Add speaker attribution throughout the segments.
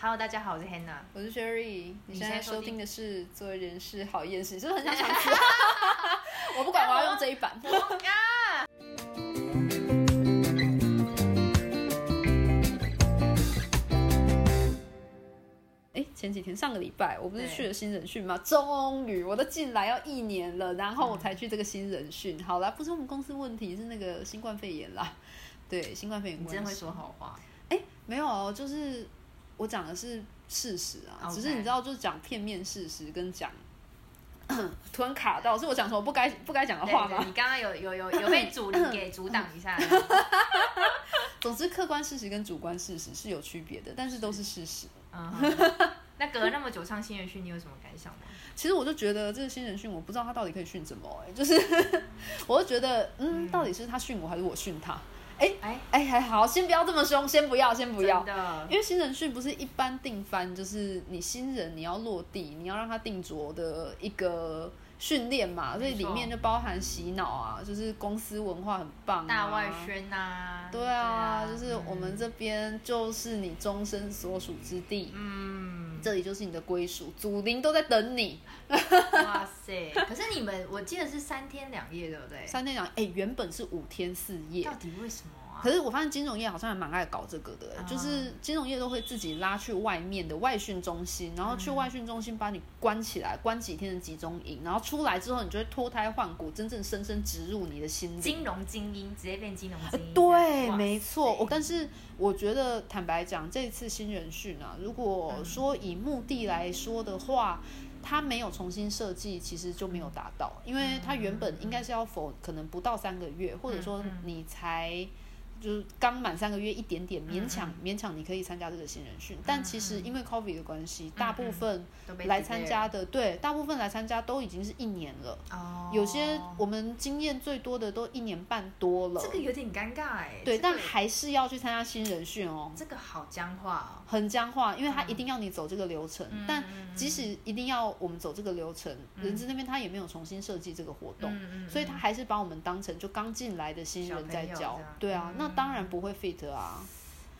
Speaker 1: Hello，大家好，我是 Hannah。
Speaker 2: 我是 Sherry，你
Speaker 1: 你
Speaker 2: 现
Speaker 1: 现在
Speaker 2: 在
Speaker 1: 收
Speaker 2: 收
Speaker 1: 听
Speaker 2: 听的是《做人事好厌世》，就是很 想讲出来。我不
Speaker 1: 哎
Speaker 2: 管，我要用这一版。哎，前几天上个礼拜，我不是
Speaker 1: 对
Speaker 2: 去了新人训吗？终于，我都进来要一年了，然后我才去这个新人
Speaker 1: 嗯
Speaker 2: 训。好啦，不是我们公司问题，是那个新冠肺炎啦。对，新冠肺炎
Speaker 1: 你
Speaker 2: 关系。
Speaker 1: 真会说好话，
Speaker 2: 哎，没有哦，就是我讲的是事实啊
Speaker 1: OK
Speaker 2: 只是你知道，就是讲片面事实跟讲 突然卡到，是我讲什么不该不该讲的
Speaker 1: 对
Speaker 2: 话
Speaker 1: 对
Speaker 2: 吗？
Speaker 1: 对你刚刚有有有有被 阻给阻挡一下，
Speaker 2: 总之，客观事实跟主观事实是有区别的，但是都是事实。
Speaker 1: 嗯 哼，那隔了那么久上新人训，你有什么感想吗？
Speaker 2: 其实我就觉得这个新人训，我不知道他到底可以训什么、哎，就是 我就觉得，嗯，到底是他训我还是我训他？
Speaker 1: 哎，
Speaker 2: 哎，还好，先不要这么凶，先不要，先不要
Speaker 1: 真。的，
Speaker 2: 因为新人训不是一般定番，就是你新人你要落地，你要让他定着的一个训练嘛，所以
Speaker 1: 没
Speaker 2: 里
Speaker 1: 错
Speaker 2: 面就包含洗脑啊，就是公司文化很棒、啊，
Speaker 1: 大外。宣呐，
Speaker 2: 对啊，
Speaker 1: 对嗯
Speaker 2: 就是我们，这边就是你终身所属之地，
Speaker 1: 嗯，
Speaker 2: 这里就是你的归属，祖灵都在等你。嗯
Speaker 1: 哇塞，可是你们我记得是三天两夜，对不对？
Speaker 2: 三天两，哎、原本是五天四夜，
Speaker 1: 到底为什么啊？
Speaker 2: 可是我发现金融业好像还蛮爱搞这个的、
Speaker 1: 啊
Speaker 2: 就是金融业都会自己拉去外面的外训中心，然后去外训中心把你关起来，关几天的集中营，然后出来之后，你就会脱胎换骨，真正深深植入你的心里。
Speaker 1: 金融精英直接变金融精英，
Speaker 2: 对，
Speaker 1: 哇
Speaker 2: 没错。
Speaker 1: 塞
Speaker 2: 我但是我觉得，坦白讲，这次新人训啊，如果
Speaker 1: 嗯
Speaker 2: 说以目的来说的话，它没有重新设计，其实就没有达到，因为它原本应该是要否可能不到三个月，或者说
Speaker 1: 嗯
Speaker 2: 你才。就是刚满三个月一点点，
Speaker 1: 嗯
Speaker 2: 勉强勉强你可以参加这个新人训，但其实因为 COVID 的关系，大
Speaker 1: 嗯
Speaker 2: 部分
Speaker 1: 都被
Speaker 2: 来参
Speaker 1: delay
Speaker 2: 加的，对，大部分来参加都已经是一年了，
Speaker 1: 哦，
Speaker 2: 有些我们经验最多的都一年半多了。
Speaker 1: 这个有点尴尬哎，
Speaker 2: 对，
Speaker 1: 这
Speaker 2: 但
Speaker 1: 个
Speaker 2: 还是要去参加新人训哦，
Speaker 1: 这个好僵化哦
Speaker 2: 很僵化，因为他一定要你走这个流程。
Speaker 1: 嗯
Speaker 2: 但即使一定要我们走这个流程，人资那边他也没有重新设计这个活
Speaker 1: 哦，
Speaker 2: 动，所以他还是把我们当成就刚进来的新人在
Speaker 1: 小朋
Speaker 2: 教
Speaker 1: 友这样。
Speaker 2: 对啊
Speaker 1: 嗯，
Speaker 2: 那当然不会 fit 啊。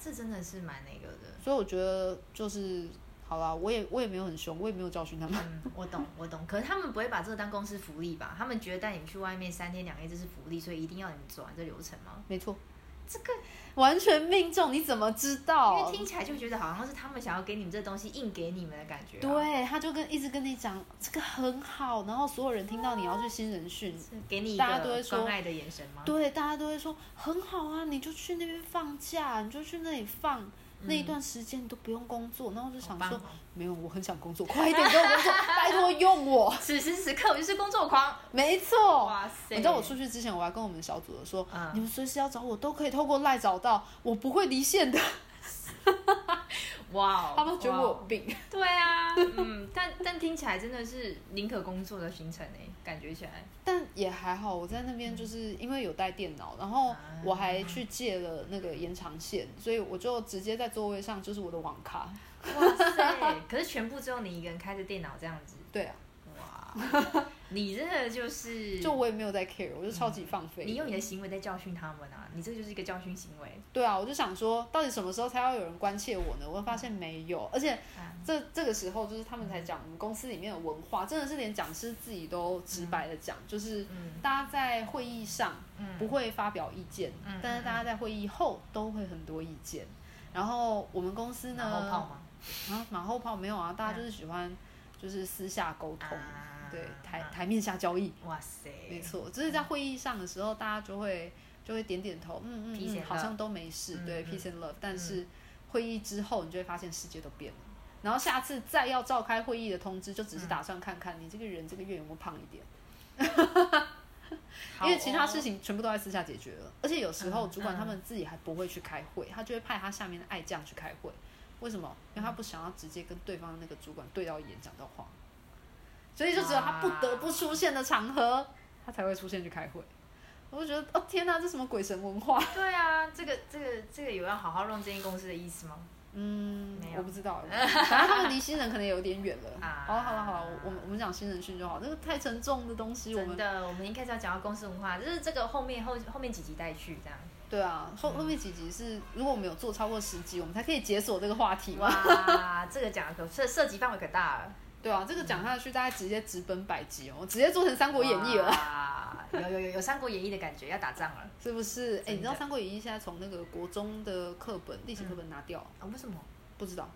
Speaker 1: 这真的是蛮那个 的。
Speaker 2: 所以我觉得就是好啦，我也我也没有很凶，我也没有教训他们。
Speaker 1: 嗯，我懂，我懂。可是他们不会把这个当公司福利吧？他们觉得带你们去外面三天两夜这是福利，所以一定要你们走完这流程吗？
Speaker 2: 没错，
Speaker 1: 这个，
Speaker 2: 完全命中，你怎么知
Speaker 1: 因
Speaker 2: 道
Speaker 1: 为？听起来就觉得好像是他们想要给你们这东西硬给你们的感觉、啊。，
Speaker 2: 对，他就跟一直跟你讲这个很好，然后所有人听到你要去新人训，
Speaker 1: 是给你一
Speaker 2: 大家都
Speaker 1: 个
Speaker 2: 会说
Speaker 1: 关爱的眼神吗？
Speaker 2: 对，大家都会说很好啊，你就去那边放假，你就去那里放、那一段时间，你都不用工作。然后我就
Speaker 1: 嗯好
Speaker 2: 想
Speaker 1: 棒
Speaker 2: 说
Speaker 1: 哦，
Speaker 2: 没有，我很想工作，快一点给我工作，拜托用我。
Speaker 1: 哦此时此刻我就是工作狂。
Speaker 2: 没错，
Speaker 1: 哇塞
Speaker 2: 哦你知道我出去之前，我还跟我们小组的说，
Speaker 1: 嗯
Speaker 2: 你们随时要找我，都可以透过赖找到，我不会离线的。
Speaker 1: 哇哦，
Speaker 2: 他们觉得
Speaker 1: 哇
Speaker 2: 我有
Speaker 1: 哦
Speaker 2: 病。
Speaker 1: 对 啊，嗯，但但听起来真的是宁可工作的行程哎、感觉起来。
Speaker 2: 但也还好，我在那边
Speaker 1: 嗯
Speaker 2: 就是因为有带电脑，然后我
Speaker 1: 啊
Speaker 2: 还去借了那个延长线，所以我就直接在座位上就是我的网咖。
Speaker 1: 哇塞！ 可是全部只有你一个人开着电脑这样子，
Speaker 2: 对啊，
Speaker 1: 哇，你真的就是
Speaker 2: 就我也没有在 care，我就超级放飞。
Speaker 1: 嗯你用你的行为在教训他们啊，你这就是一个教训行为。
Speaker 2: 对啊，我就想说，到底什么时候才要有人关切我呢？我发现没有，而且
Speaker 1: 嗯
Speaker 2: 这这个时候就是他们才讲我们公司里面的文化，真的是连讲师自己都直白的讲，就是
Speaker 1: 嗯
Speaker 2: 大家在会议上
Speaker 1: 嗯，
Speaker 2: 不会发表意见，
Speaker 1: 嗯
Speaker 2: 但是大家在会议后都会很多意见。然后我们公司呢，
Speaker 1: 马后炮吗？
Speaker 2: 啊，马后炮没有啊，大家就是喜欢就是私下沟通，
Speaker 1: 啊
Speaker 2: 对台台面下交易，
Speaker 1: 哇塞，
Speaker 2: 没错，只是在会议上的时候，大家就会就会点点头，嗯嗯
Speaker 1: Peace and
Speaker 2: 嗯，好像都没事，
Speaker 1: love
Speaker 2: 对
Speaker 1: 嗯嗯
Speaker 2: ，peace and love。但是会议之后，你就会发现世界都变了。然后下次再要召开会议的通知，就
Speaker 1: 嗯
Speaker 2: 只是打算看看你这个人这个月有没有胖一点，
Speaker 1: 好哦
Speaker 2: 因为其他事情全部都在私下解决了。而且有时候主管他们自己还不会去开会，他就会派他下面的爱将去开会。为什么？因为他不想要直接跟对方的那个主管对到眼讲到话，所以就只有他不得不出现的场合，他才会出现去开会。我就觉得，哦天哪，这什么鬼神文化？
Speaker 1: 对啊，这个这个这个有要好好弄这间公司的意思吗？
Speaker 2: 嗯
Speaker 1: 没，有
Speaker 2: 我不知 道，反正他们离新人可能有点远了。
Speaker 1: 啊
Speaker 2: 好了好了好了，我们我们讲新人训就好，那个太沉重的东西，我
Speaker 1: 真
Speaker 2: 们
Speaker 1: 的，我们一开始要讲到公司文化，就是这个后面后后面几集带去这样。
Speaker 2: 对啊，后后面几集是如果我们有做超过十集，我们才可以解锁这个话题嘛。
Speaker 1: 哇，这个讲的可涉涉及范围可大了，
Speaker 2: 对啊，这个讲下去大概直接直奔百集哦，我直接做成《三国演义》了，
Speaker 1: 了，有有有有《三国演义》的感觉，要打仗了
Speaker 2: 是不是？哎，你知
Speaker 1: 真
Speaker 2: 道
Speaker 1: 的
Speaker 2: 《三国演义》现在从那个国中的课本、历史课本拿掉了，
Speaker 1: 啊？为什么？
Speaker 2: 不知道，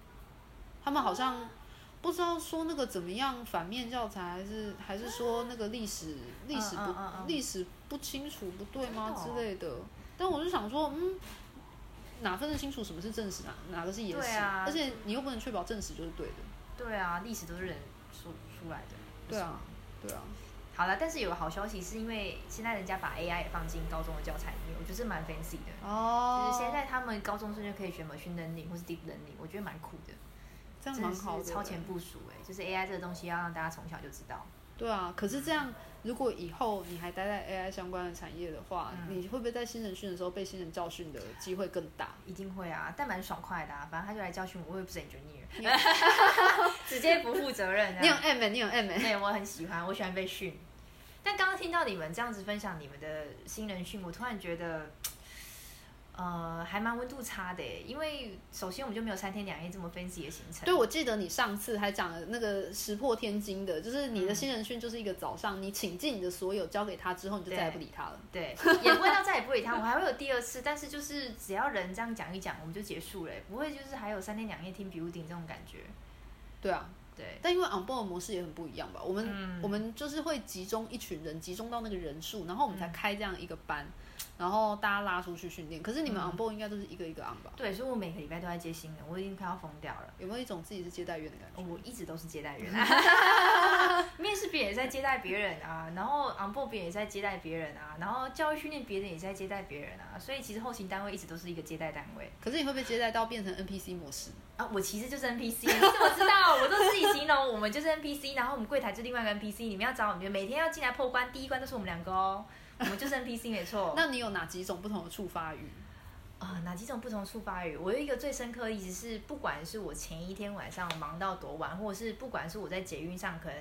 Speaker 2: 他们好像不知道说那个怎么样反面教材，还是还是说那个历史历史不
Speaker 1: 嗯嗯嗯
Speaker 2: 历史不清楚不对吗
Speaker 1: 真的哦
Speaker 2: 之类的。但我就想说，嗯，哪分得清楚什么是正史，哪哪个是野史？
Speaker 1: 对啊
Speaker 2: 而且你又不能确保正史就是对的。
Speaker 1: 对啊，历史都是人说出来的，
Speaker 2: 对啊，对啊，
Speaker 1: 好了，但是有个好消息，是因为现在人家把 AI 也放进高中的教材里面，我觉得这蛮 fancy 的。
Speaker 2: 哦，
Speaker 1: 就是现在他们高中生就可以学 machine learning 或是 deep learning，我觉得蛮酷的，
Speaker 2: 这样
Speaker 1: 真
Speaker 2: 蛮
Speaker 1: 的
Speaker 2: 好
Speaker 1: 是
Speaker 2: 的，欸
Speaker 1: 超前部署哎、就是 AI 这个东西要让大家从小就知道。
Speaker 2: 对啊，可是这样，如果以后你还待在 AI 相关的产业的话，
Speaker 1: 嗯
Speaker 2: 你会不会在新人训的时候被新人教训的机会更大？
Speaker 1: 一定会啊，但蛮爽快的啊，反正他就来教训我，我也不是 engineer，直接不负责任啊这
Speaker 2: 你
Speaker 1: 样。
Speaker 2: 很 M，、欸、你很 M，、欸、
Speaker 1: 对，我很喜欢，我喜欢被训。但刚刚听到你们这样子分享你们的新人训，我突然觉得，呃，还蛮温度差的耶，因为首先我们就没有三天两夜这么 fancy 的行程。
Speaker 2: 对，我记得你上次还讲了那个石破天惊的，就是
Speaker 1: 嗯
Speaker 2: 你的新人训就是一个早上，你请进你的所有交给他之后，你就再也不理他了。
Speaker 1: 对，也不会到再也不理他，我还会有第二次，但是就是只要人这样讲一讲，我们就结束了耶，不会就是还有三天两夜听 building 这种感觉。
Speaker 2: 对啊，
Speaker 1: 对，
Speaker 2: 但因为 on board 的模式也很不一样吧，我们、
Speaker 1: 嗯
Speaker 2: 我们就是会集中一群人，集中到那个人数，然后我们才
Speaker 1: 嗯
Speaker 2: 开这样一个班，然后大家拉出去训练。可是你们
Speaker 1: 嗯
Speaker 2: on board 应该都是一个一个 on 吧？
Speaker 1: 对，所以我每个礼拜都在接新人，我已经快要疯掉了。
Speaker 2: 有没有一种自己是接待员的感觉？
Speaker 1: 我一直都是接待 员，面试别人也在接待别人啊，然后 on board 别人也在接待别人啊，然后教育训练别人也在接待别人啊，所以其实后勤单位一直都是一个接待单位
Speaker 2: 可是你会被接待到变成 NPC 模式？
Speaker 1: 啊。我其实就是 NPC，你怎么知道？ 我都自己形容我们就是 NPC，然后我们柜台就另外一个 NPC，你们要找我们，每天要进来破关，第一关都是我们两个哦，我们就是 NPC 没错。
Speaker 2: 那你有哪几种不同的触发语？
Speaker 1: 啊、哪几种不同触发语？我有一个最深刻的例子是，不管是我前一天晚上忙到多晚，或者是不管是我在捷运上可能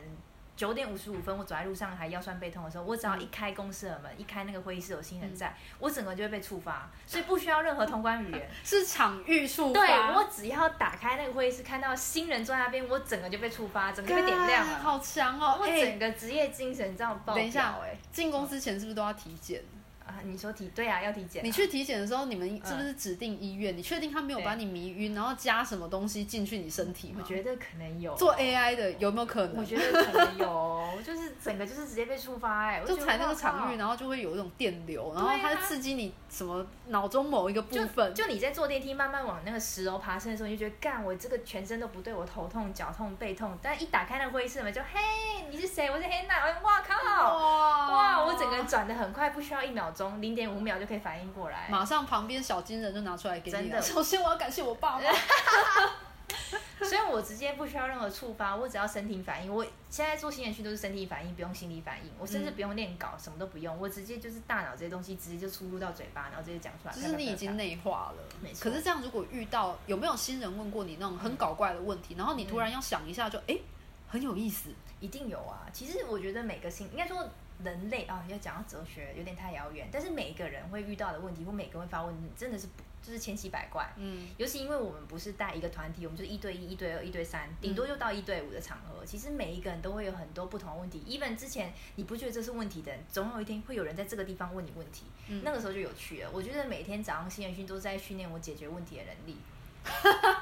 Speaker 1: 九点五十五分，我走在路上还腰酸背痛的时候，我只要
Speaker 2: 嗯
Speaker 1: 一开公司的门，一开那个会议室有新人在，我整个就会被触发，所以不需要任何通关语 言。
Speaker 2: 是场域触
Speaker 1: 对
Speaker 2: 发？
Speaker 1: 我只要打开那个会议室，看到新人坐在那边，我整个就被触发，整个就被点亮
Speaker 2: 干
Speaker 1: 了。
Speaker 2: 好强哦！
Speaker 1: 我
Speaker 2: 哎
Speaker 1: 整个职业精神这样爆表、欸。
Speaker 2: 等一下
Speaker 1: 哎，
Speaker 2: 进公司前是不是都要体检？
Speaker 1: 啊，你说体对啊，要体检啊、嗯
Speaker 2: 你去体检的时候，你们是不是指定医院？你确定他没有把你迷晕，然后加什么东西进去你身体
Speaker 1: 我
Speaker 2: 吗？
Speaker 1: 觉得可能有
Speaker 2: 做哎 AI 的有没有可
Speaker 1: 我
Speaker 2: 能？
Speaker 1: 觉得可能有，就是整个就是直接被触发哎、我
Speaker 2: 就
Speaker 1: 觉得
Speaker 2: 踩那
Speaker 1: 哇
Speaker 2: 个
Speaker 1: 靠
Speaker 2: 场域，然后就会有一种电流，然
Speaker 1: 啊
Speaker 2: 后它刺激你什么脑中某一个部
Speaker 1: 就
Speaker 2: 分。
Speaker 1: 就你在坐电梯慢慢往那个十楼爬升的时候，你就觉得干我这个全身都不对，我头痛、脚痛、背痛，但一打开那个会议室门就嘿，你是谁？我是 Hannah，哇
Speaker 2: 哦
Speaker 1: 靠！
Speaker 2: 哇
Speaker 1: 哇，我整个转的很快，不需要一秒钟，零点五秒就可以反应过来。
Speaker 2: 马上旁边小金人就拿出来给你
Speaker 1: 真
Speaker 2: 了。
Speaker 1: 的
Speaker 2: 首先我要感谢我爸妈，
Speaker 1: 所以我直接不需要任何触发，我只要身体反应。我现在做新人训都是身体反应，不用心理反应，我甚至
Speaker 2: 嗯
Speaker 1: 不用念稿，什么都不用，我直接就是大脑这些东西直接就输入到嘴巴，然后直接讲出来。
Speaker 2: 就是你已
Speaker 1: 啪啪啪
Speaker 2: 经
Speaker 1: 啪
Speaker 2: 内化了。
Speaker 1: 没错
Speaker 2: 可是这样，如果遇到有没有新人问过你那种很搞怪的问题，然后你突然要想一下就，诶哎很有意思，
Speaker 1: 一定有啊。其实我觉得每个星，应该说人类啊，要讲到哲学有点太遥远，但是每一个人会遇到的问题或每个人会发问，真的是不就是千奇百怪。
Speaker 2: 嗯，
Speaker 1: 尤其因为我们不是带一个团体，我们就是一对一、一对二、一对
Speaker 2: 嗯
Speaker 1: 三，顶多就到一对五的场合。其实每一个人都会有很多不同的问题。even 之前你不觉得这是问题的人，总有一天会有人在这个地方问你问题，
Speaker 2: 嗯
Speaker 1: 那个时候就有趣了。我觉得每天早上新人训都是在训练我解决问题的 能力。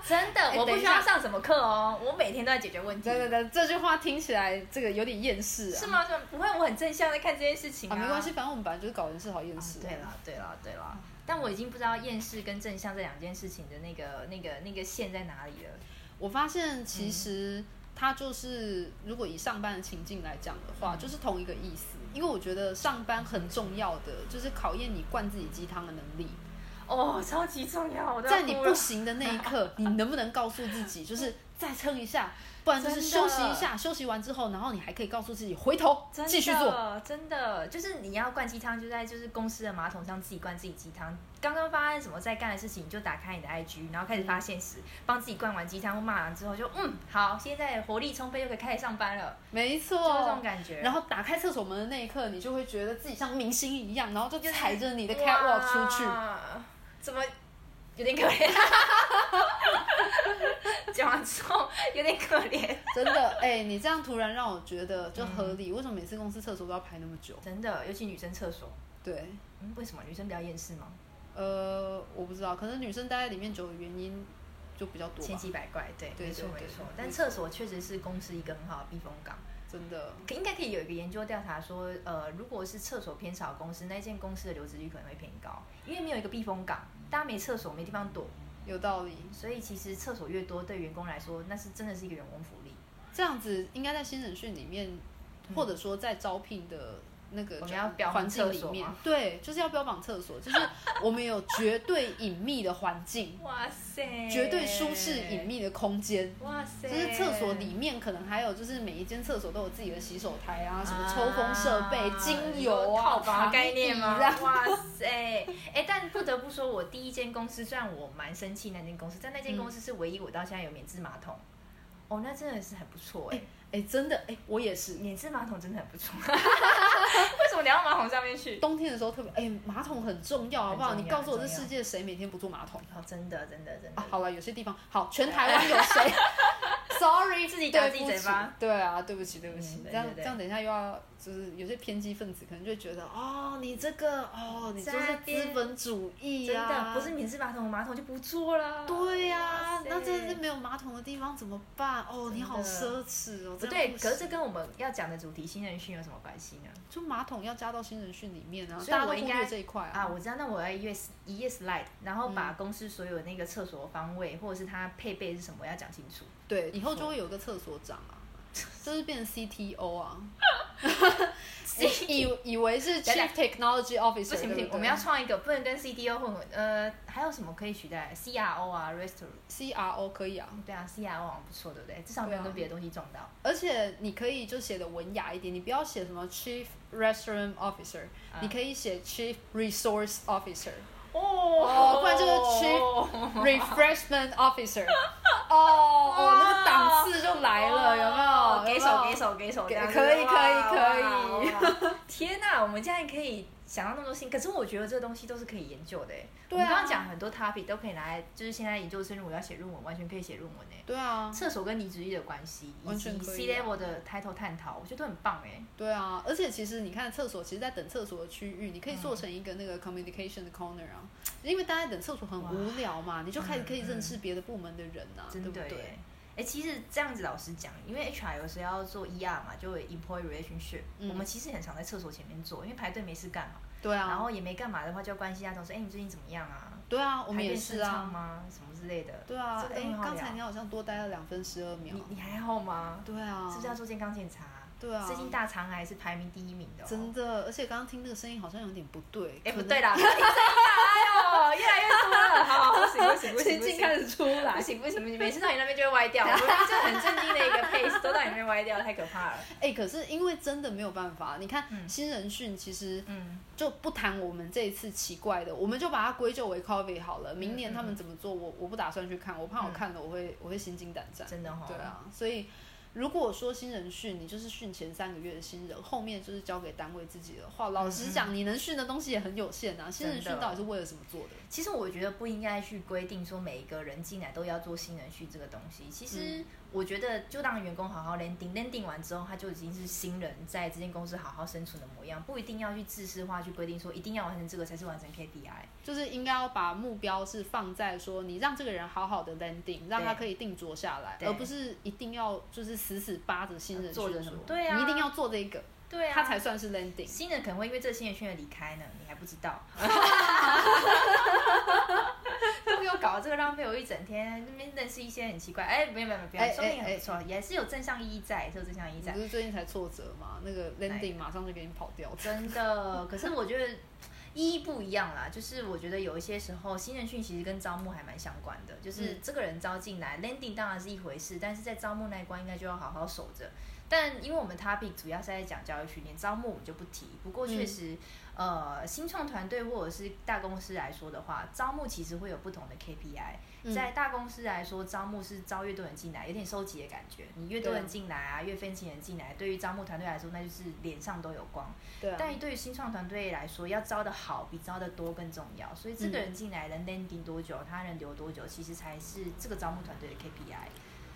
Speaker 1: 真的，
Speaker 2: 哎
Speaker 1: 我不
Speaker 2: 等一
Speaker 1: 需要
Speaker 2: 下
Speaker 1: 上什么课哦，我每天都在解决问题。
Speaker 2: 对对对，这句话听起来这个有点厌世啊。
Speaker 1: 是吗？是吗不会，我很正向在看这件事情
Speaker 2: 啊，没关系，。反正我们本来就是搞人事好厌
Speaker 1: 啊
Speaker 2: 世、
Speaker 1: 对啦，对啦，对啦。但我已经不知道厌世跟正向这两件事情的那个、那个、那个线在哪里了。
Speaker 2: 我发现其实它就是，如果以上班的情境来讲的话，就是同一个意思。因为我觉得上班很重要的就是考验你灌自己鸡汤的能力，
Speaker 1: 哦，超级重要，我都要
Speaker 2: 在你
Speaker 1: 哭
Speaker 2: 不
Speaker 1: 了
Speaker 2: 行的那 一刻，你能不能告诉自己，就是再撑一下，不然就是
Speaker 1: 真的
Speaker 2: 休息一下，休息完之后，然后你还可以告诉自己回头
Speaker 1: 真的
Speaker 2: 继续做。
Speaker 1: 真的就是你要灌鸡汤，就在就是公司的马桶上自己灌自己鸡汤，刚刚发生什么在干的事情，你就打开你的 IG，然后开始发现实，帮自己灌完鸡汤或骂完之后就，嗯好，现在活力充沛，又可以开始上班了，
Speaker 2: 没错，
Speaker 1: 就是这种感觉。
Speaker 2: 然后打开厕所门的那一刻，你就会觉得自己像明星一样，然后就
Speaker 1: 就是
Speaker 2: 踩着你的 catwalk 出去。
Speaker 1: 哇，怎么有点可怜？ 讲完之后有点可怜，
Speaker 2: 真 的，哎、你这样突然让我觉得就合理。为什么每次公司厕所都要排那么久？
Speaker 1: 真的，尤其女生厕所，
Speaker 2: 对，
Speaker 1: 嗯，为什么女生比较厌世吗？
Speaker 2: 呃，我不知道，可能女生待在里面久的原因就比较多
Speaker 1: 千
Speaker 2: 吧。
Speaker 1: 奇百怪，对，
Speaker 2: 对
Speaker 1: 没错
Speaker 2: 对
Speaker 1: 没
Speaker 2: 对
Speaker 1: 错
Speaker 2: 没。
Speaker 1: 但厕所确实是公司一个很好的避风港。
Speaker 2: 真的，
Speaker 1: 可应该可以有一个研究调查说，呃，如果是厕所偏少的公司，那间公司的留职率可能会偏高，因为没有一个避风港，大家没厕所没地方躲，
Speaker 2: 有道理。
Speaker 1: 所以其实厕所越多，对员工来说，那是真的是一个员工福利。
Speaker 2: 这样子应该在新人训里面，或者说在招聘的那个
Speaker 1: 嗯我们要标榜
Speaker 2: 环境
Speaker 1: 厕
Speaker 2: 里
Speaker 1: 所
Speaker 2: 面
Speaker 1: 吗，
Speaker 2: 对，就是要标榜厕所，就是我们有绝对隐秘的环境，
Speaker 1: 哇塞
Speaker 2: 绝对舒适隐。秘的空间。
Speaker 1: 哇塞！
Speaker 2: 就是厕所里面可能还有，就是每一间厕所都有自己的洗手台啊，什么抽风设备、
Speaker 1: 啊
Speaker 2: 精油啊、
Speaker 1: 套房
Speaker 2: 躺
Speaker 1: 的概念
Speaker 2: 椅
Speaker 1: 吗？
Speaker 2: 啊
Speaker 1: 哇塞！哎、但不得不说，我第一间公司虽然我蛮生气那间公司，但那间公司是唯一我到现在有免治马桶。哦，那真的是很不错哎、
Speaker 2: 哎、真的哎、我也是。
Speaker 1: 免治马桶真的很不 错。为什么聊到马桶上面去？
Speaker 2: 冬天的时候特别哎、马桶很重要，好不好？
Speaker 1: 很重要
Speaker 2: 你告诉我，这
Speaker 1: 很重要
Speaker 2: 世界谁每天不做马桶
Speaker 1: 哦，真的，真的，真的
Speaker 2: 啊？，好了，有些地方好，全台湾有 谁？Sorry，
Speaker 1: 自己打自己
Speaker 2: 对不
Speaker 1: 嘴
Speaker 2: 起
Speaker 1: 巴。
Speaker 2: 对啊，对不起，对不起
Speaker 1: 嗯。对
Speaker 2: 这样
Speaker 1: 对对
Speaker 2: 这样，等一下又要就是有些偏激分子可能就会觉得哦，你这个哦，你就是
Speaker 1: 在
Speaker 2: 资
Speaker 1: 边
Speaker 2: 本主义
Speaker 1: 真
Speaker 2: 啊，
Speaker 1: 的不是免治马桶，马桶就不做了。
Speaker 2: 对呀、
Speaker 1: 哇塞
Speaker 2: 那真的是没有马桶的地方怎么办？哦，
Speaker 1: 真的
Speaker 2: 你好奢侈哦！
Speaker 1: 不
Speaker 2: 这样
Speaker 1: 对，
Speaker 2: 不
Speaker 1: 可是
Speaker 2: 行
Speaker 1: 这跟我们要讲的主题新人训有什么关系呢？
Speaker 2: 就马桶要加到新人训里面啊，
Speaker 1: 所以
Speaker 2: 大家都
Speaker 1: 我
Speaker 2: 忽
Speaker 1: 应该
Speaker 2: 略这一块啊。
Speaker 1: 啊，我知道，那我要一页一页 slide，然后把公司所有那个厕所方位或者是它配备是什么要讲清楚。
Speaker 2: 对，以后就会有个厕所长啊，就是变成 CTO 啊，
Speaker 1: 哎
Speaker 2: 以以以为是
Speaker 1: 等
Speaker 2: Chief Technology
Speaker 1: 不
Speaker 2: Officer，
Speaker 1: 行不
Speaker 2: 对
Speaker 1: 行，
Speaker 2: 对
Speaker 1: 我们要创一个，不能跟 CDO 混混。呃，还有什么可以取代？CRO 啊，Restaurant。
Speaker 2: CRO 可以啊，
Speaker 1: 对啊，CRO 好像不错，对不对？至少没有
Speaker 2: 对啊
Speaker 1: 跟别的东西撞到。
Speaker 2: 而且你可以就写的文雅一点，你不要写什么 Chief Restaurant Officer，、
Speaker 1: 啊
Speaker 2: 你可以写 Chief Resource Officer。
Speaker 1: 哦
Speaker 2: 不然就是
Speaker 1: 吃
Speaker 2: Refreshment Officer，哦哦，那个档次就来了，有没有？
Speaker 1: 给
Speaker 2: 有
Speaker 1: 手
Speaker 2: 没有
Speaker 1: 给。手给手，
Speaker 2: 给
Speaker 1: 这样子
Speaker 2: 可以
Speaker 1: 哇
Speaker 2: 可以可以
Speaker 1: 哇哇 哇天哪，我们竟然可以想到那么多新，可是我觉得这东西都是可以研究的欸。
Speaker 2: 对
Speaker 1: 我们
Speaker 2: 啊
Speaker 1: 刚刚讲很多 topic 都可以拿来，就是现在研究生如果要写论文，完全可以写论文诶。
Speaker 2: 对啊，
Speaker 1: 厕所跟离职率的关系，以
Speaker 2: 完
Speaker 1: 及
Speaker 2: 全可
Speaker 1: C
Speaker 2: 以啊
Speaker 1: level 的 title 探讨，我觉得都很棒哎。
Speaker 2: 对啊，而且其实你看厕所，其实在等厕所的区域，你可以做成一个那个 communication 的 corner 啊，因为大家等厕所很无聊嘛，你就开始可以认识别的部门的人啊，对
Speaker 1: 嗯真
Speaker 2: 不
Speaker 1: 的
Speaker 2: 对
Speaker 1: 耶？。哎、其实这样子老实讲，因为 HR 有时候要做 ER 嘛，就 employee relationship，、
Speaker 2: 嗯
Speaker 1: 我们其实很常在厕所前面做，因为排队没事干嘛，
Speaker 2: 对
Speaker 1: 然
Speaker 2: 啊，
Speaker 1: 后也没干嘛的话，就要关心一下同事，哎、你最近怎么样啊？
Speaker 2: 对啊，我们也是
Speaker 1: 排便顺畅
Speaker 2: 啊，
Speaker 1: 吗？什么之类的。
Speaker 2: 对啊
Speaker 1: 这，个都
Speaker 2: 哎
Speaker 1: 很，好
Speaker 2: 刚才
Speaker 1: 聊
Speaker 2: 你好像多待了两分十二秒
Speaker 1: 你，你还好吗？
Speaker 2: 对啊，
Speaker 1: 是不是要做健康检查？
Speaker 2: 对啊
Speaker 1: 最近大肠癌是排名第一名的、哦。
Speaker 2: 真的，而且刚刚听那个声音好像有点不对，
Speaker 1: 哎、不
Speaker 2: 可能
Speaker 1: 对啦，不要一直哎呦，越来越多了，好，不行不行 不行
Speaker 2: 最
Speaker 1: 不
Speaker 2: 近
Speaker 1: 行。
Speaker 2: 开始出来
Speaker 1: 不。行不行不行，每次到你那边就会 歪掉，我们这很震惊的一个 pace 都到你那边歪掉，太可怕了。
Speaker 2: 哎、可是因为真的没有办法，你看、
Speaker 1: 嗯
Speaker 2: 新人训其实
Speaker 1: 嗯，
Speaker 2: 就不谈我们这一次奇怪的，我们就把它归咎为 COVID 好
Speaker 1: 嗯
Speaker 2: 了。明年他们怎么做，我我不打算去看，我怕我看了我会、我会心惊胆战。
Speaker 1: 真的哈、
Speaker 2: 对，啊，所以如果说新人训，你就是训前三个月的新人，后面就是交给单位自己的话，老实讲，你能训的东西也很有限啊。新人训
Speaker 1: 嗯真的
Speaker 2: 到底是为了什么做的？
Speaker 1: 其实我觉得不应该去规定说每一个人进来都要做新人训这个东西。其实我觉得就让员工好好 landing landing 完之后，他就已经是新人在这间公司好好生存的模样，不一定要去自私化去规定说一定要完成这个才是完成 KPI。
Speaker 2: 就是应该要把目标是放在说，你让这个人好好的 landing，让他可以定着下来，
Speaker 1: 对
Speaker 2: 而不是一定要就是死死扒着新人去
Speaker 1: 做着什么对啊
Speaker 2: 你一定要做这个，
Speaker 1: 对啊
Speaker 2: 他才算是 landing。
Speaker 1: 新人可能会因为这新人训而离开呢，你还不知 道。都给我搞这个浪费我一整天，那边认识一些很奇怪，哎、没有没有没有，不要，
Speaker 2: 哎
Speaker 1: 说不定
Speaker 2: 哎
Speaker 1: 很不错，也是有正向意义在，是有正向意义
Speaker 2: 你
Speaker 1: 在
Speaker 2: 不。是最近才挫折吗？那个
Speaker 1: 哪一
Speaker 2: landing 马上就给你跑掉了。
Speaker 1: 真的，可是我觉得意义不一样啦。就是我觉得有一些时候，新人训其实跟招募还蛮相关的。就是
Speaker 2: 嗯
Speaker 1: 这个人招进来、l a n d i n g 当然是一回事，但是在招募那一关应该就要好好守着。但因为我们 topic 主要是在讲教育训练，招募我们就不提。不过确实，
Speaker 2: 嗯
Speaker 1: 呃，新创团队或者是大公司来说的话，招募其实会有不同的 KPI。
Speaker 2: 嗯
Speaker 1: 在大公司来说，招募是招越多人进来，有点收集的感觉。你越多
Speaker 2: 对啊
Speaker 1: 人进来啊，越分析人进来，对于招募团队来说，那就是脸上都有光。
Speaker 2: 对啊，
Speaker 1: 但对于新创团队来说，要招的好比招的多更重要。所以这个
Speaker 2: 嗯
Speaker 1: 人进来能 landing 多久，他能留多久，其实才是这个招募团队的 KPI。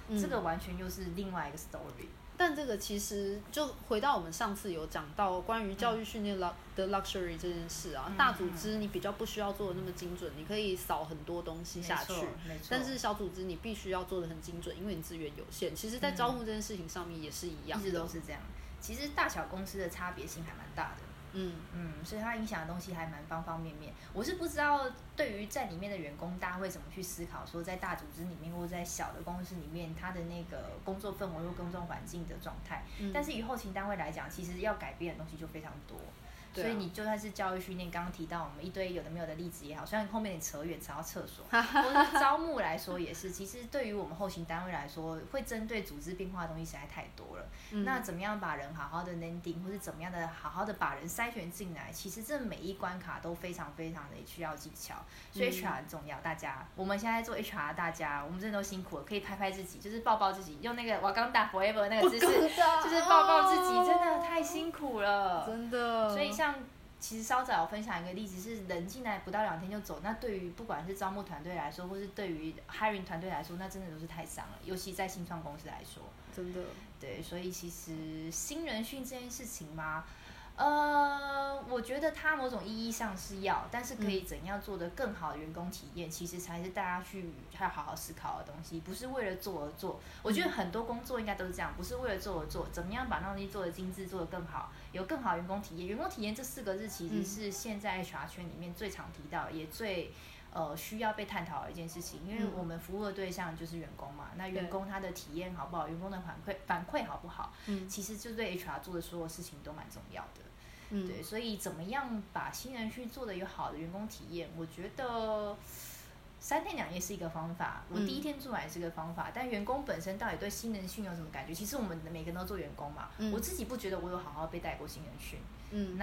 Speaker 2: 嗯
Speaker 1: 这个完全又是另外一个 story。
Speaker 2: 但这个其实就回到我们上次有讲到关于教育训练 lu- 的 luxury 这件事啊，
Speaker 1: 嗯
Speaker 2: 大组织你比较不需要做的那么精准，你可以扫很多东西下去
Speaker 1: 没错。没错
Speaker 2: 但是小组织你必须要做的很精准，因为你资源有限。其实，在招募这件事情上面也是一
Speaker 1: 嗯
Speaker 2: 样
Speaker 1: 一
Speaker 2: 的，
Speaker 1: 直都是这样。其实大小公司的差别性还蛮大的，
Speaker 2: 嗯，
Speaker 1: 嗯，所以它影响的东西还蛮方方面面。我是不知道对于在里面的员工，大家会怎么去思考，说在大组织里面或者在小的公司里面，他的那个工作氛围或工作环境的状态。
Speaker 2: 嗯
Speaker 1: 但是以后勤单位来讲，其实要改变的东西就非常多。
Speaker 2: 对啊
Speaker 1: 所以你就算是教育训练，刚刚提到我们一堆有的没有的例子也好，虽然后面有点扯远，扯到厕 所，或者是招募来说也是，其实对于我们后勤单位来说，会针对组织变化的东西实在太多了。
Speaker 2: 嗯
Speaker 1: 那怎么样把人好好的 landing，或是怎么样的好好的把人筛选进来，其实这每一关卡都非常非常的需要技巧，所以
Speaker 2: 嗯
Speaker 1: HR 很重要。大家，我们现在做 HR，的大家我们真的都辛苦了，可以拍拍自己，就是抱抱自己，用那个瓦岗打 forever
Speaker 2: 哎
Speaker 1: 那个姿势，就是抱抱自己，真的太辛苦了。
Speaker 2: 哦真的，
Speaker 1: 所以像其实稍早有分享一个例子，是人进来不到两天就走，那对于不管是招募团队来说，或是对于 hiring 团队来说，那真的都是太伤了，尤其在新创公司来说。
Speaker 2: 真的，
Speaker 1: 对，所以其实新人训这件事情嘛，呃，我觉得它某种意义上是要，但是可
Speaker 2: 嗯
Speaker 1: 以怎样做得更好的员工体验，其实才是大家去要好好思考的东西，不是为了做而做。我觉得
Speaker 2: 嗯
Speaker 1: 很多工作应该都是这样，不是为了做而做，怎么样把那东西做得精致，做得更好，有更好的员工体验。员工体验这四个字其实
Speaker 2: 嗯
Speaker 1: 是现在 HR 圈里面最常提到，也最。呃，需要被探讨的一件事情，因为
Speaker 2: 嗯
Speaker 1: 我们服务的对象就是员工嘛，那员
Speaker 2: 对
Speaker 1: 工他的体验好不好，员工的反馈反馈好不好，
Speaker 2: 嗯
Speaker 1: 其实就对 HR 做的所有事情都蛮重要的。
Speaker 2: 嗯，
Speaker 1: 对，所以怎么样把新人去做的有好的员工体验，我觉得三天两夜是一个方法，我
Speaker 2: 嗯
Speaker 1: 第一天做完也是一个方法，但员工本身到底对新人训有什么感觉？其实我们每个人都做员工嘛，
Speaker 2: 嗯
Speaker 1: 我自己不觉得我有好好被带过新人训，
Speaker 2: 嗯，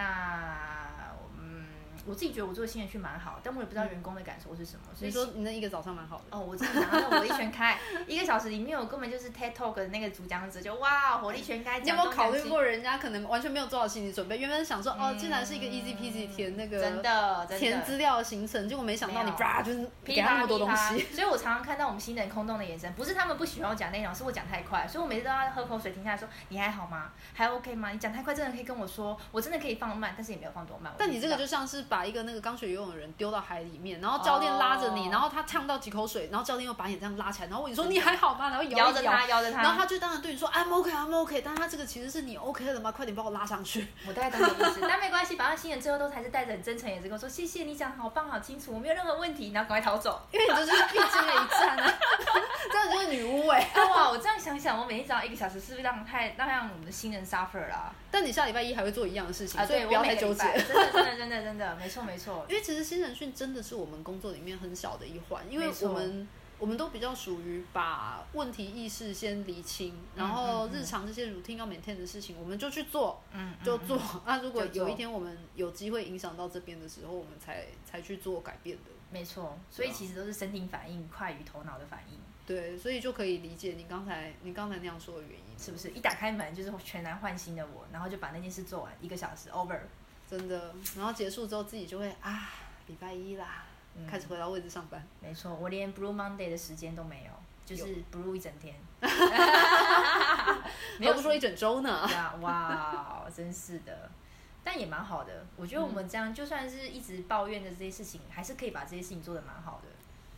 Speaker 1: 那嗯，我自己觉得我做新人训蛮好，但我也不知道员工的感受是什么，所
Speaker 2: 嗯你
Speaker 1: 以
Speaker 2: 说你那一个早上蛮好的，
Speaker 1: 哦，我真的拿到火力全开，一个小时里面我根本就是 TED Talk 的那个主讲者，就哇火力全开。
Speaker 2: 哎你有没有
Speaker 1: 讲东
Speaker 2: 考虑
Speaker 1: 讲西
Speaker 2: 过人家可能完全没有做好心理准备？原本想说哦，竟然是一个 easy peasy 填那个
Speaker 1: 真的真的
Speaker 2: 填资料的行程，结果没想到你
Speaker 1: 没有
Speaker 2: 叭就是
Speaker 1: 噼
Speaker 2: 给他
Speaker 1: 啪
Speaker 2: 那么多
Speaker 1: 噼
Speaker 2: 东
Speaker 1: 啪
Speaker 2: 西。
Speaker 1: 所以我常常看到我们新人空洞的眼神，不是他们不喜欢我讲内容，是我讲太快，所以我每次都要喝口水停下来说：“你还好吗？还 OK 吗？你讲太快，真的可以跟我说，我真的可以放慢，但是也没有放多慢。”
Speaker 2: 但
Speaker 1: 我
Speaker 2: 你
Speaker 1: 就
Speaker 2: 这
Speaker 1: 知
Speaker 2: 个
Speaker 1: 道
Speaker 2: 就像是把一个那个刚学游泳的人丢到海里面，然后教练拉着你，
Speaker 1: 哦
Speaker 2: 然后他呛到几口水，然后教练又把你这样拉起来，然后问你说你还好吗？然后摇
Speaker 1: 摇
Speaker 2: 一
Speaker 1: 着
Speaker 2: 摇
Speaker 1: 他，摇着他，
Speaker 2: 然后他就当然对你说 I'm OK I'm OK，但他这个其实是你 OK 了吗？快点把我拉上去。
Speaker 1: 我大概懂你的意思，但没关系，反正新人最后都还是带着很真诚的眼神跟我说：“谢谢你讲得好棒，好清楚，我没有任何问题。”然后赶快逃走。
Speaker 2: 因为你这就是必经的一战啊， 这样就是女巫哎、
Speaker 1: 哇，我这样想想，我每天早上一个小时，是不是让太让我们的新人 suffer 啦、
Speaker 2: 但你下礼拜一还会做一样的事情，
Speaker 1: 啊？
Speaker 2: 所以
Speaker 1: 对，
Speaker 2: 不要
Speaker 1: 我每个
Speaker 2: 太纠
Speaker 1: 礼
Speaker 2: 结。
Speaker 1: 拜真的，真的，真的，真的，没错，没错。
Speaker 2: 因为其实新人训真的是我们工作里面很小的一环，因为
Speaker 1: 没错
Speaker 2: 我们我们都比较属于把问题意识先厘清，然后日常这些 routine 要 maintain 的事情，我们就去做，
Speaker 1: 嗯，
Speaker 2: 就
Speaker 1: 嗯
Speaker 2: 做。 那、如果
Speaker 1: 就做
Speaker 2: 有一天我们有机会影响到这边的时候，我们才才去做改变的。
Speaker 1: 没错，所以其实都是身体反应快于头脑的反应，
Speaker 2: 对，所以就可以理解你刚才你刚才那样说的原因，
Speaker 1: 是不是？一打开门就是全然换新的我，然后就把那件事做完，一个小时 over，
Speaker 2: 真的。然后结束之后自己就会啊，礼拜一啦，
Speaker 1: 嗯
Speaker 2: 开始回到位置上班。
Speaker 1: 没错，我连 Blue Monday 的时间都没有，就是 Blue 一整 天， 没有
Speaker 2: 哦还不说一整周呢。
Speaker 1: 呀，哇，真是的。但也蛮好的，我觉得我
Speaker 2: 嗯
Speaker 1: 们这样、就算是一直抱怨的这些事情，还是可以把这些事情做得蛮好的。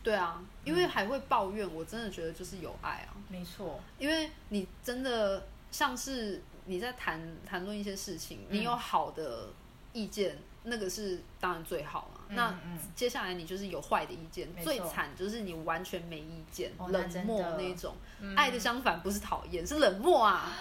Speaker 2: 对啊，因
Speaker 1: 嗯
Speaker 2: 为还会抱怨，我真的觉得就是有爱啊，
Speaker 1: 没错，
Speaker 2: 因为你真的像是你在谈谈论一些事情，
Speaker 1: 嗯
Speaker 2: 你有好的意见，那个是当然最好嘛。
Speaker 1: 嗯
Speaker 2: 那
Speaker 1: 嗯
Speaker 2: 接下来你就是有坏的意见，
Speaker 1: 没错
Speaker 2: 最惨就是你完全没意见，
Speaker 1: 哦那
Speaker 2: 冷漠
Speaker 1: 真的嗯
Speaker 2: 那种。爱的相反不是讨厌，是冷漠啊。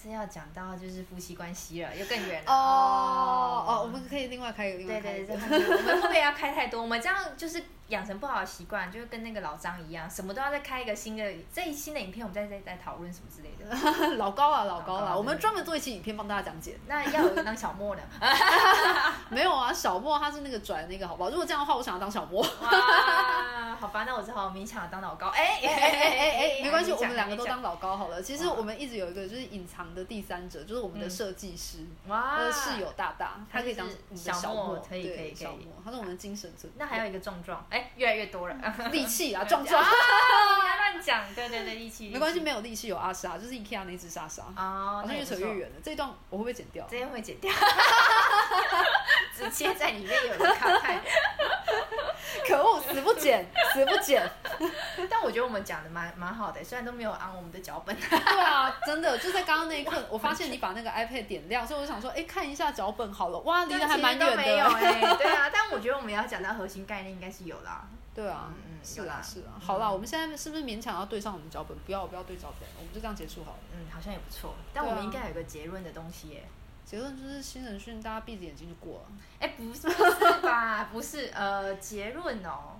Speaker 1: 这要讲到就是夫妻关系了，又更远了。
Speaker 2: 哦哦，我们可以另外开一个，另外
Speaker 1: 对
Speaker 2: 开
Speaker 1: 对
Speaker 2: 一
Speaker 1: 对，这
Speaker 2: 个。
Speaker 1: 样子我们会不会要开太多？我们这样就是养成不好的习惯，就是跟那个老张一样，什么都要再开一个新的，这一新的影片我们再再再讨论什么之类的。
Speaker 2: 老高啊，老
Speaker 1: 老
Speaker 2: 高
Speaker 1: 高
Speaker 2: 啊，
Speaker 1: 对
Speaker 2: 我们专门做一期影片帮大家讲解。
Speaker 1: 那要有一个当小 莫呢？
Speaker 2: 没有啊，小莫他是那个转那个，好不好？如果这样的话，我想要当小莫。
Speaker 1: 哇，好吧，那我只好勉强地当老高。哎哎
Speaker 2: 哎哎哎哎，没关系，
Speaker 1: 勉强
Speaker 2: 我们两个
Speaker 1: 勉
Speaker 2: 都
Speaker 1: 强
Speaker 2: 当老高好了。其实
Speaker 1: 哇
Speaker 2: 我们一直有一个就是隐藏的第三者，就是我们的
Speaker 1: 嗯
Speaker 2: 设计师，他
Speaker 1: 哇
Speaker 2: 的室。友大大，
Speaker 1: 啊他
Speaker 2: 他可以
Speaker 1: 就是
Speaker 2: 当我们的
Speaker 1: 小
Speaker 2: 小
Speaker 1: 莫
Speaker 2: 莫，
Speaker 1: 可以
Speaker 2: 对
Speaker 1: 可以可以
Speaker 2: 小莫，他是我们的精神存。
Speaker 1: 那还有一个壮壮，哎，越来越多了。
Speaker 2: 力气啊，壮壮，
Speaker 1: 不要乱讲，对对对，力气
Speaker 2: 没关系，没有力气有阿莎，就是 IKEA 那只莎莎，
Speaker 1: 哦
Speaker 2: 好，
Speaker 1: 那
Speaker 2: 像
Speaker 1: 也
Speaker 2: 越
Speaker 1: 不
Speaker 2: 扯
Speaker 1: 错
Speaker 2: 越远了。这一段我会不会剪掉？
Speaker 1: 这边会剪掉， 直接在里面有人看看。
Speaker 2: 可恶，死不剪，死不 剪。
Speaker 1: 但我觉得我们讲的蛮蛮好的，虽然都没有按我们的脚 本。
Speaker 2: 对啊，真的，就在刚刚那一刻，我发现你把那个 iPad 点亮，所以我想说，哎，看一下脚本好了。哇，离得还蛮远
Speaker 1: 都没有
Speaker 2: 的。
Speaker 1: 哎、 对啊，但我觉得我们要讲到核心概念应该是有啦。
Speaker 2: 对啊
Speaker 1: 嗯，嗯
Speaker 2: 是
Speaker 1: 有
Speaker 2: 啦
Speaker 1: 啦
Speaker 2: 是啦，啊好啦，我们现在是不是勉强要对上我们脚本？不要不要对脚本，我们就这样结束好了。
Speaker 1: 嗯，好像也不错。但
Speaker 2: 对啊
Speaker 1: 我们应该有一个结论的东西耶、
Speaker 2: 结论就是新人训，大家闭着眼睛就过了。
Speaker 1: 哎、不是不是吧？不是，呃，结论哦、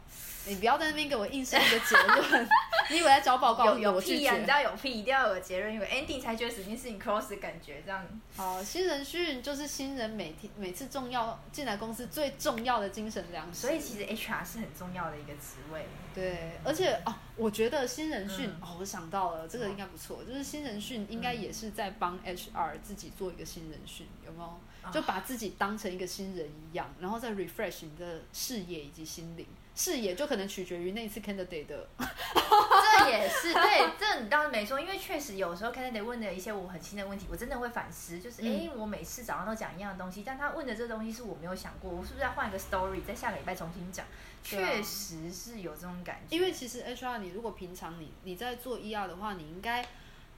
Speaker 2: 你不要在那边给我硬生一个结 论，你以为在找报告？
Speaker 1: 有有
Speaker 2: 我拒
Speaker 1: 屁呀、你
Speaker 2: 绝
Speaker 1: 知。道有屁，一定要有个结论，有个 ending 才觉得整件事情 close 的感觉，这样
Speaker 2: 好，新人训就是新人每天每次重要进来公司最重要的精神粮食。
Speaker 1: 所以其实 HR 是很重要的一个职位。
Speaker 2: 对，而且哦，我觉得新人训、
Speaker 1: 嗯
Speaker 2: 哦，我想到了，这个
Speaker 1: 什么
Speaker 2: 应该不错，就是新人训应该也是在帮 HR 自己做一个新人训，有没有？
Speaker 1: 嗯啊
Speaker 2: 就把自己当成一个新人一样，然后再 refresh 你的视野以及心灵。视野就可能取决于那一次 candidate 的，
Speaker 1: 这也是对，这你倒是没说，因为确实有时候 candidate 问的一些我很新的问题，我真的会反思，就是
Speaker 2: 嗯
Speaker 1: 诶，我每次早上都讲一样的东西，但他问的这东西是我没有想过，我是不是要换一个 story，在下个礼拜重新讲？
Speaker 2: 对啊
Speaker 1: 确实是有这种感觉，
Speaker 2: 因为其实 HR 你如果平常你你在做 ER 的话，你应该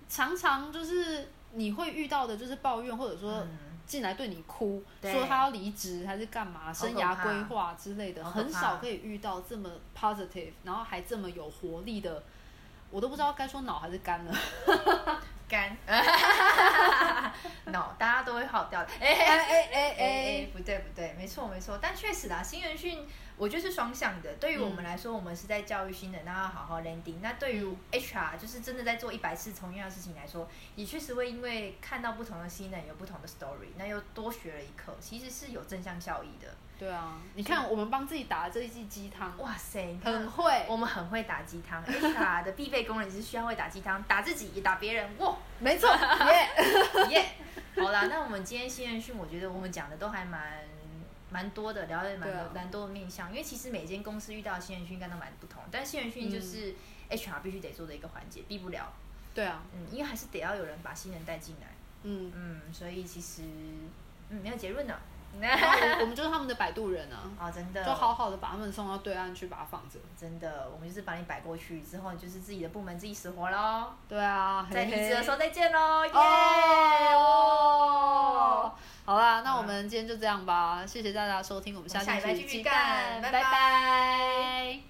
Speaker 2: 常常就是你会遇到的就是抱怨，或者说
Speaker 1: 嗯
Speaker 2: 进来对你哭，
Speaker 1: 对
Speaker 2: 说他要离职还是干嘛，
Speaker 1: 好
Speaker 2: 生
Speaker 1: 可
Speaker 2: 涯
Speaker 1: 怕
Speaker 2: 规划之类的，
Speaker 1: 好可怕
Speaker 2: 很少可以遇到这么 positive，然后还这么有活力的，我都不知道该说脑还是 肝了。
Speaker 1: 干，脑、大家都会好掉的，哎、
Speaker 2: 哎哎哎
Speaker 1: 哎哎，不对不对，没错没错，但确实啦，新人训我觉得是双向的。对于我们来说，我们是在教育新人，让他好好 landing。那对于 HR，就是真的在做一百次同样的事情来说，也确实会因为看到不同的新人有不同的 story，那又多学了一课，其实是有正向效益的。
Speaker 2: 对啊，你看我们帮自己打的这一剂鸡汤，
Speaker 1: 哇塞，你看
Speaker 2: 很会，
Speaker 1: 我们嗯很会打鸡汤，HR 的必备功能就是需要会打鸡汤，打自己也打别人，哇！
Speaker 2: 没错，耶，
Speaker 1: 耶、好啦，那我们今天新人训，我觉得我们讲的都还蛮蛮多的，聊的蛮
Speaker 2: 对啊
Speaker 1: 多蛮多的面向，因为其实每间公司遇到的新人训应该都蛮不同，但新人训
Speaker 2: 嗯
Speaker 1: 就是、HR 必须得做的一个环节，避不了，
Speaker 2: 对啊，
Speaker 1: 嗯，因为还是得要有人把新人带进来，
Speaker 2: 嗯，
Speaker 1: 嗯，所以其实嗯没有结论呢，
Speaker 2: 然后我我们就是他们的摆渡人啊，
Speaker 1: 哦，真的，
Speaker 2: 就好好的把他们送到对岸去，把它放着。
Speaker 1: 真的，我们就是把你摆过去之后，你就是自己的部门自己死活喽，
Speaker 2: 对啊，
Speaker 1: 在离
Speaker 2: 嘿嘿
Speaker 1: 职的时候再见喽，耶、
Speaker 2: 哦，好啦，那
Speaker 1: 好啦
Speaker 2: 我们今天就这样吧，谢谢大家收听，我们下
Speaker 1: 下礼拜
Speaker 2: 期
Speaker 1: 继续
Speaker 2: 继续
Speaker 1: 干
Speaker 2: 拜
Speaker 1: 拜
Speaker 2: 拜